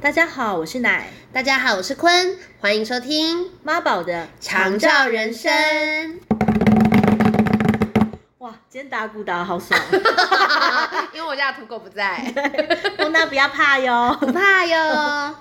大家好，我是奶大家好，我是坤，欢迎收听《妈宝的长照人生》。哇，今天打鼓打的好爽， 因为我家的土狗不在，大家不要怕哟。不怕哟。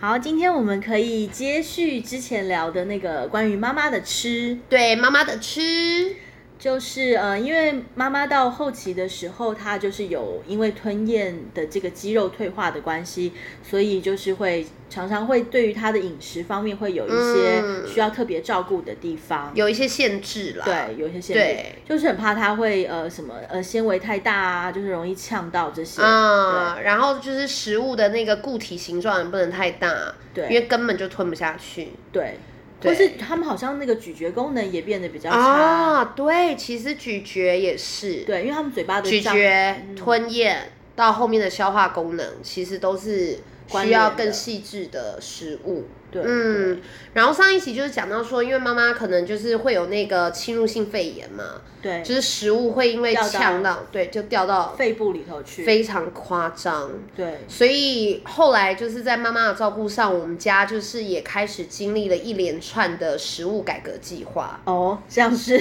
好，今天我们可以接续之前聊的那个关于妈妈的吃，对，妈妈的吃，就是呃，因为妈妈到后期的时候，她就是有因为吞咽的这个肌肉退化的关系，所以就是会常常会对于她的饮食方面会有一些嗯需要特别照顾的地方。有一些限制啦。对，有一些限制对，就是很怕它会呃什么呃纤维太大啊，就是容易呛到这些。嗯，然后就是食物的那个固体形状也不能太大，对因为根本就吞不下去。对对，对或是他们好像那个咀嚼功能也变得比较差。啊，对，其实咀嚼也是，对，因为他们嘴巴的咀胀嚼、嗯吞咽到后面的消化功能，其实都是关需要联的更细致的食物。对，嗯，然后上一期就是讲到说，因为妈妈可能就是会有那个侵入性肺炎嘛，对，就是食物会因为掉到呛到，对，就掉到肺部里头去。非常夸张。对，所以后来就是在妈妈的照顾上，我们家就是也开始经历了一连串的食物改革计划，哦，像 是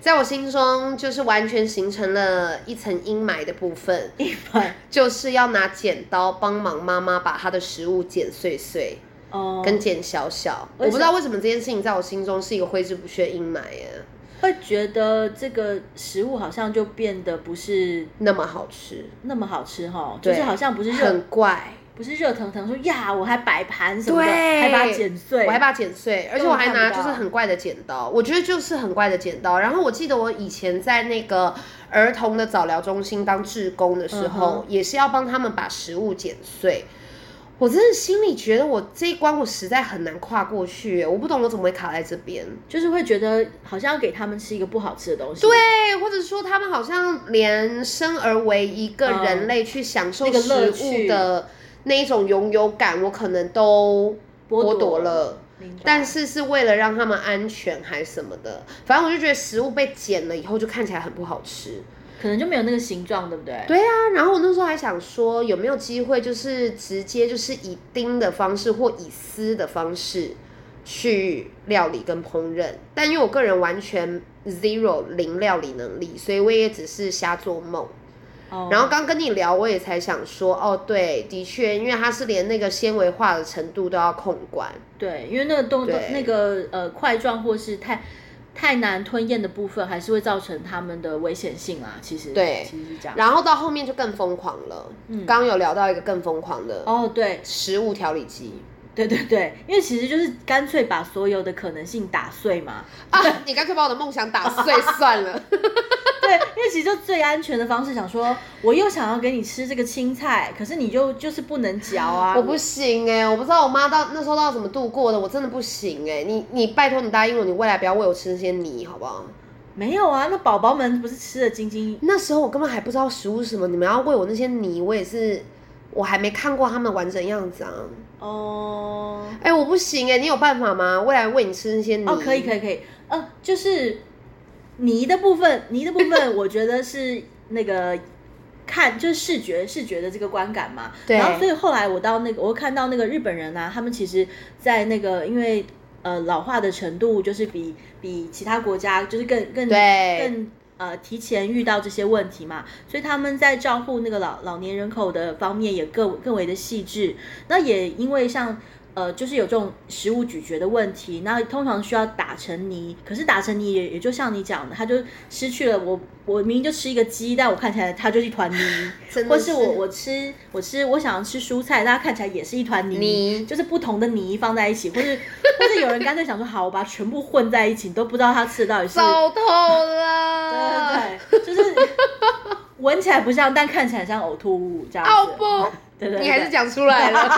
在我心中就是完全形成了一层阴霾的 部分，一般就是要拿剪刀帮忙妈妈把她的食物剪碎碎。哦，跟剪小小，为什么我不知道为什么这件事情在我心中是一个挥之不去的阴霾耶，会觉得这个食物好像就变得不是那么好吃，那么好吃哈，就是好像不是热很怪，不是热腾腾说呀，我还摆盘什么的，对还把它剪碎，我还把它剪碎，而且我还拿就是很怪的剪刀，我觉得就是很怪的剪刀。然后我记得我以前在那个儿童的早疗中心当志工的时嗯候，也是要帮他们把食物剪碎。我真的心里觉得我这一关我实在很难跨过去耶，我不懂我怎么会卡在这边。就是会觉得好像要给他们吃一个不好吃的东西。对，或者说他们好像连生而为一个嗯人类去享受那个乐食趣物的那一种拥有感，我可能都剥剥夺夺了。明白，但是是为了让他们安全还是什么的，反正我就觉得食物被剪了以后就看起来很不好吃。可能就没有那个形状，对不对？对啊，然后我那时候还想说有没有机会就是直接就是以丁的方式或以丝的方式去料理跟烹饪，但因为我个人完全 zero 零料理能力，所以我也只是瞎做梦。哦，然后刚跟你聊，我也才想说，哦，对，的确，因为它是连那个纤维化的程度都要控管。对，因为那个动作对那个呃块状或是太太难吞咽的部分，还是会造成他们的危险性啊。其实对其实是这样。然后到后面就更疯狂了。嗯刚刚有聊到一个更疯狂的哦，对食物调理 机对对对，因为其实就是干脆把所有的可能性打碎 嘛。啊！你干脆把我的梦想打碎算了。对，因为其实就最安全的方式，想说我又想要给你吃这个青菜，可是你就就是不能嚼啊。我不行哎、我不知道我妈到那时候到底怎么度过的，我真的不行哎、你你拜托你答应我，你未来不要喂我吃那些泥好不好？没有啊，那宝宝们不是吃的津津那时候我根本还不知道食物是什么，你们要喂我那些泥，我也是我还没看过他们完整样子啊。哦。哎、我不行哎、你有办法吗？未来喂你吃那些泥？哦，可以可以可以，呃，就是泥的部分，泥的部 分，我觉得是那个看就是视觉视觉的这个观感嘛。对然后所以后来我到那个，我看到那个日本人啊，他们其实，在那个因为呃老化的程度，就是比比其他国家就是更更对，更。呃，提前遇到这些问题嘛，所以他们在照顾那个老老年人口的方面也更更为的细致。那也因为像呃，就是有这种食物咀嚼的问题，那通常需要打成泥。可是打成泥也也就像你讲的，它就失去了我我明明就吃一个鸡，但我看起来它就是一团泥 真的或是是我我吃我吃我想要吃蔬菜，但它看起来也是一团泥，泥就是不同的泥放在一起，或是或是有人干脆想说好，我把它全部混在一起，你都不知道它吃的到底是 糟透了。对对嗯对，就是闻起来不像，但看起来像呕吐物这样子。哦不，对对对你还是讲出来了。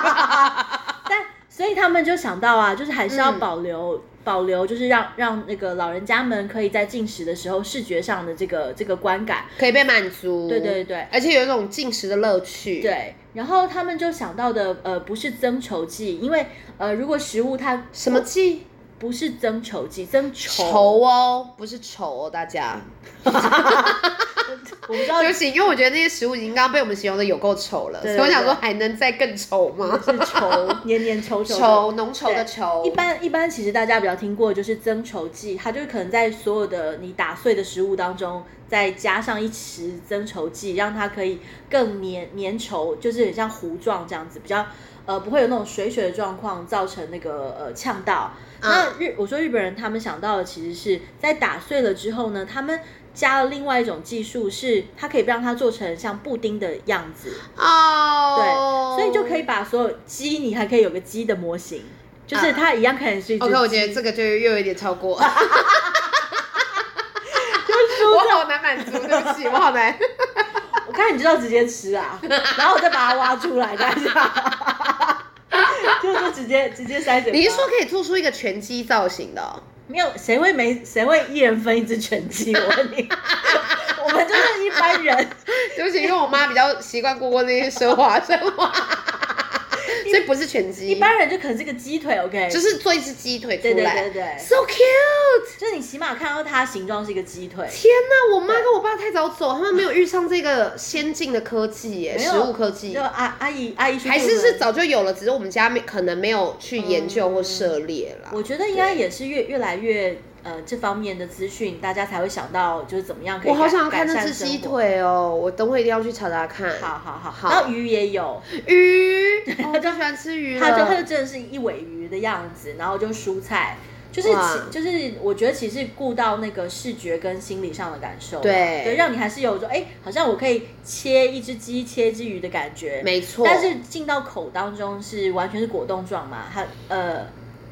但所以他们就想到啊，就是还是要嗯保留、保留，就是让让那个老人家们可以在进食的时候视觉上的这个这个观感。可以被满足，对对对而且有一种进食的乐趣，，对，然后他们就想到的呃不是增稠剂，因为呃如果食物它什么剂？不是增稠剂，增稠稠哦，不是丑哦，大家，我不知道对不起，因为我觉得那些食物已经刚刚被我们形容的有够丑了，对对所以我想对说还能再更丑吗？是稠，黏黏稠稠的。稠浓稠的稠，一般一般，其实大家比较听过的就是增稠剂，它就是可能在所有的你打碎的食物当中，再加上一匙增稠剂，让它可以更粘粘稠，就是很像糊状这样子，比较呃不会有那种水水的状况，造成那个呃呛到。那日我说日本人他们想到的其实是在打碎了之后呢，他们加了另外一种技术，是它可以让它做成像布丁的样子。哦，所以就可以。把所有鸡，你还可以有个鸡的模型，就是它一样可能是一只鸡。啊 OK，我觉得这个就又有一点超过，我好难满足，对不起，我好难。我看你就要直接吃 啊，然后我再把它挖出来，这样子，就就直接直接塞嘴巴。你是说可以做出一个拳击造型的哦、没有谁会没谁会一人分一只拳击？我问 你，我们就是一般人，对不起，因为我妈比较习惯过过那些奢华生活，所以不是拳击，一般人就可能是个鸡腿，OK，就是是做一只鸡腿对出对来对对， s o cute！就是你起码看到它形状是一个鸡腿。天哪，我妈跟我爸太早走，他们没有遇上这个先进的科技耶，没有食物科技就。阿阿姨阿姨叔叔还是们是早就有了，只是我们家没可能没有去研究或涉猎啦。我觉得应该也是越越来越呃这方面的资讯，大家才会想到就是怎么样可以我好改想要看那只鸡。改善生活腿哦，我等会一定要去查查看。好好好，好然后鱼也有，鱼，哦我就喜欢 吃鱼了。它就它就真的是一尾鱼的样子，然后就蔬菜，就是哇其就是我觉得其实顾到那个视觉跟心理上的感受啦，对对，让你还是有种哎，好像我可以切一只鸡、切一只鱼的感觉，没错，但是进到口当中是完全是果冻状嘛，它呃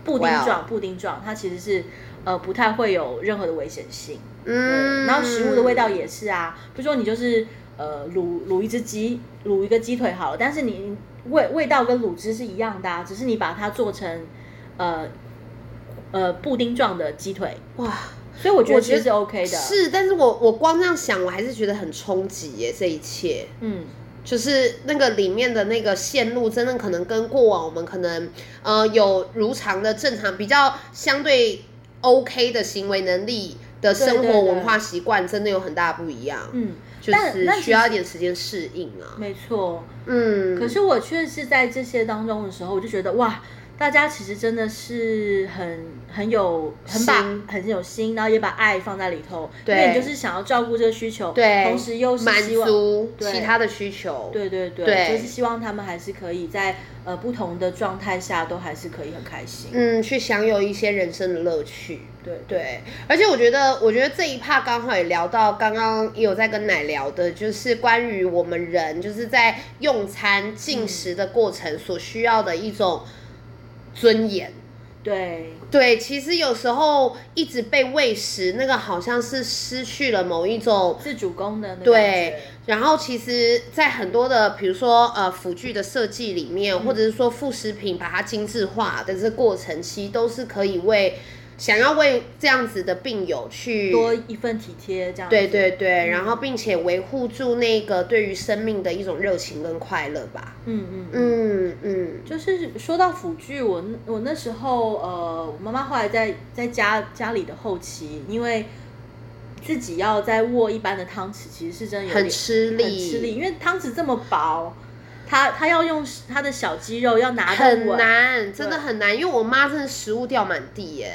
布丁 Well 状，布丁状，它其实是呃不太会有任何的危险性。嗯对，然后食物的味道也是啊，比如说你就是呃卤卤一只鸡，卤一个鸡腿好了，但是你味味道跟卤汁是一样的、啊，只是你把它做成呃呃布丁状的鸡腿，哇，所以我觉得我觉其得实是 OK 的，是，但是我我光这样想，我还是觉得很冲击耶，这一切。嗯，就是那个里面的那个线路，真的可能跟过往我们可能呃有如常的正常比较相对 OK 的行为能力的生对活对对文化习惯，真的有很大的不一样。嗯，就但是但其需要实一点时间适应啊。没错。嗯，可是我确实在这些当中的时候，我就觉得哇，大家其实真的是很很有很把心很有心，然后也把爱放在里头，因对为你就是想要照顾这个需求，对，同时又是满希望。足对其他的需求。对对对，对就是希望他们还是可以在呃不同的状态下都还是可以很开心。嗯，去享有一些人生的乐趣。对对，而且我觉得，我觉得这一趴刚好也聊到，刚刚也有在跟奶聊的，就是关于我们人就是在用餐进食的过程所需要的一种尊严。对对，其实有时候一直被喂食，那个好像是失去了某一种自主功能的对感觉，然后其实，在很多的比如说呃辅具的设计里面，嗯或者是说副食品把它精致化的这过程，其实都是可以为想要为这样子的病友去多嗯一份体贴这样子。对对对，然后并且维护住那个对于生命的一种热情跟快乐吧。嗯嗯嗯。嗯嗯，就是说到辅具，我那我那时候呃，我妈妈后来在在家家里的后期，因为自己要再握一般的汤匙，其实是真的有点嗯很吃力，很吃力，因为汤匙这么薄，她她要用她的小肌肉要拿得很稳，难，真的很难，因为我妈真的食物掉满地 耶。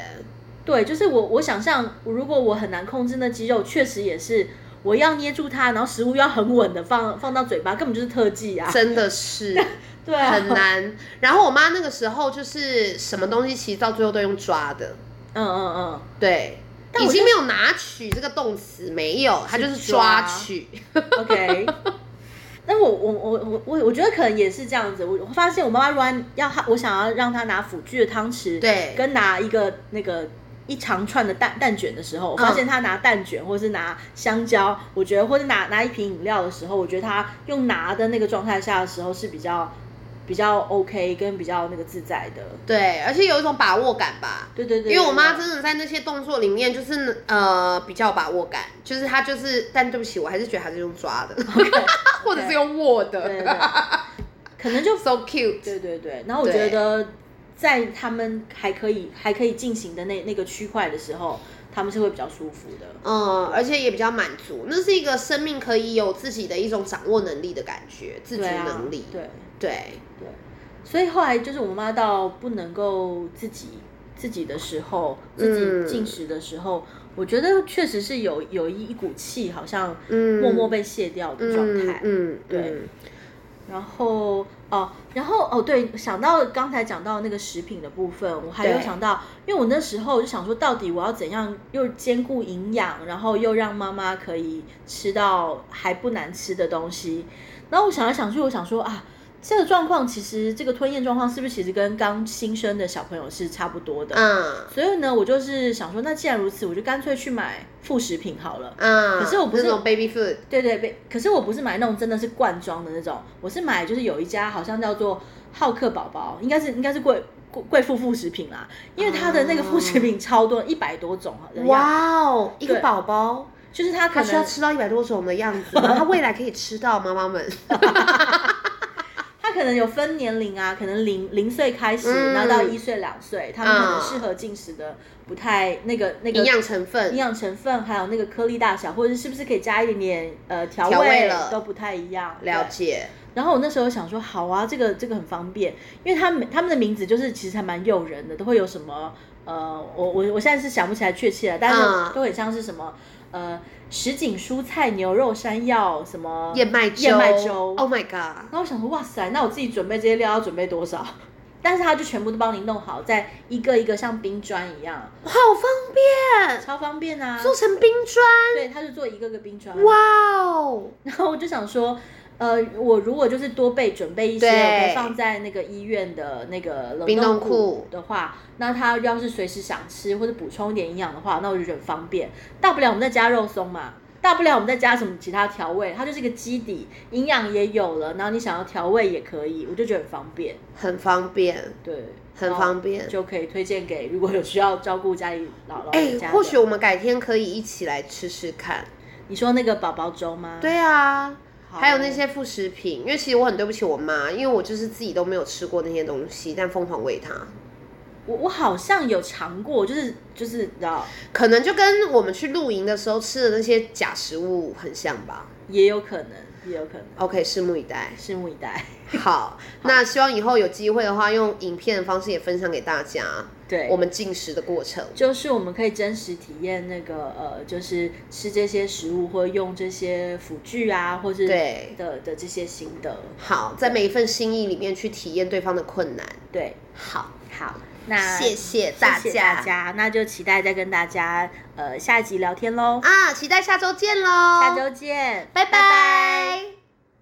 对，就是我我想象，如果我很难控制那肌肉，确实也是我要捏住它，然后食物要很稳的放放到嘴巴，根本就是特技啊，真的是对啊，很，难。然后我妈那个时候就是什么东西，其实到最后都用抓的，嗯嗯嗯。对，但已我经就没有拿取这个动词，没有，她就是是抓抓取。 OK，那我我我我我我觉得可能也是这样子。我我发现我妈妈如果要她，我想要让她拿辅具的汤匙，，对，跟拿一个那个一长串的蛋蛋卷的时候，我嗯发现她拿蛋卷或是拿香蕉，我觉得或是拿拿一瓶饮料的时候，我觉得她用拿的那个状态下的时候是比较比较 OK 跟比较那个自在的。对，而且有一种把握感吧。对对对，因为我妈对真的在那些动作里面，就是呃比较有把握感，就是她就是，但对不起，我还是觉得还是用抓的，或者是用握对对的 对，可能就，so cute。对对对，然后我觉得在他们还可以还可以进行的那那个区块的时候，他们是会比较舒服的。嗯，而且也比较满足，那是一个生命可以有自己的一种掌握能力的感觉，自主对啊，能力。对。对所以后来就是我妈到不能够自己自己的时候，自嗯己进食的时候，我觉得确实是有有一一股气，好像嗯默默被卸掉的状态。嗯，嗯对嗯然后哦，然后哦，对，想到刚才讲到那个食品的部分，我还有对想到，因为我那时候就想说，到底我要怎样又兼顾营养，然后又让妈妈可以吃到还不难吃的东西。然后我想来想去，我想说啊，这个状况其实这个吞咽状况是不是其实跟刚新生的小朋友是差不多的？啊所以呢，我就是想说，那既然如此，我就干脆去买副食品好了。啊！可是我不是那种 baby food，对对，被可是我不是买那种真的是罐装的那种，我是买就是有一家好像叫做好客宝宝，应该是应该是贵贵贵妇副食品啦，因为它的那个副食品超多，一百多种的样子，哇哦，一个对宝宝就是它可他需要能吃到一百多种的样子， 然后他未来可以吃到妈妈们。它可能有分年龄啊，可能零零岁开始，嗯然后到一岁两岁，他们可能啊适合进食的不太那个那个 营养成分 营养成分，还有那个颗粒大小，或者是不是可以加一点点呃调调味了都不太一样，了对解，然后我那时候想说，好啊，这个这个很方便，因为他们他们的名字就是其实还蛮诱人的，都会有什么呃，我我我现在是想不起来确切了，但嗯是都很像是什么呃，什锦蔬菜牛肉山药什么燕麦粥燕麦粥。 ，Oh my god，然后我想说，哇塞，那我自己准备这些料要准备多少？ 但是他就全部都帮你弄好，再一个一个像冰砖一样，好方便，超方便啊！做成冰砖，对，他就做一个个冰砖。哇哦，然后我就想说，呃，我如果就是多备准备一些，对我可以放在那个医院的那个冷冰冻冻库库的话，那他要是随时想吃或者补充一点营养的话，那我就觉得很方便。大不了我们再加肉松嘛，大不了我们再加什么其他调味，它就是一个基底，营养也有了，然后你想要调味也可以，我就觉得很方便。很方便，对，很然后方便。就可以推荐给如果有需要照顾家里姥姥哎的家、，或许我们改天可以一起来吃吃看。你说那个宝宝粥吗？，对啊，好还有那些副食品，因为其实我很对不起我妈，因为我就是自己都没有吃过那些东西，但疯狂喂她。我我好像有尝过，就是就是你知道。可能就跟我们去露营的时候吃的那些假食物很像吧。也有可能，也有可能， OK，拭目以待。拭目以待。好， 那希望以后有机会的话，用影片的方式也分享给大家对，我们进食的过程。就是我们可以真实体验那个呃，就是吃这些食物或用这些辅具啊，或是对的的这些心得。好，在每一份心意里面去体验对方的困难。对，好，好，那谢谢大家谢谢大家，那就期待再跟大家呃下一集聊天喽，啊，期待下周见喽，下周见，拜拜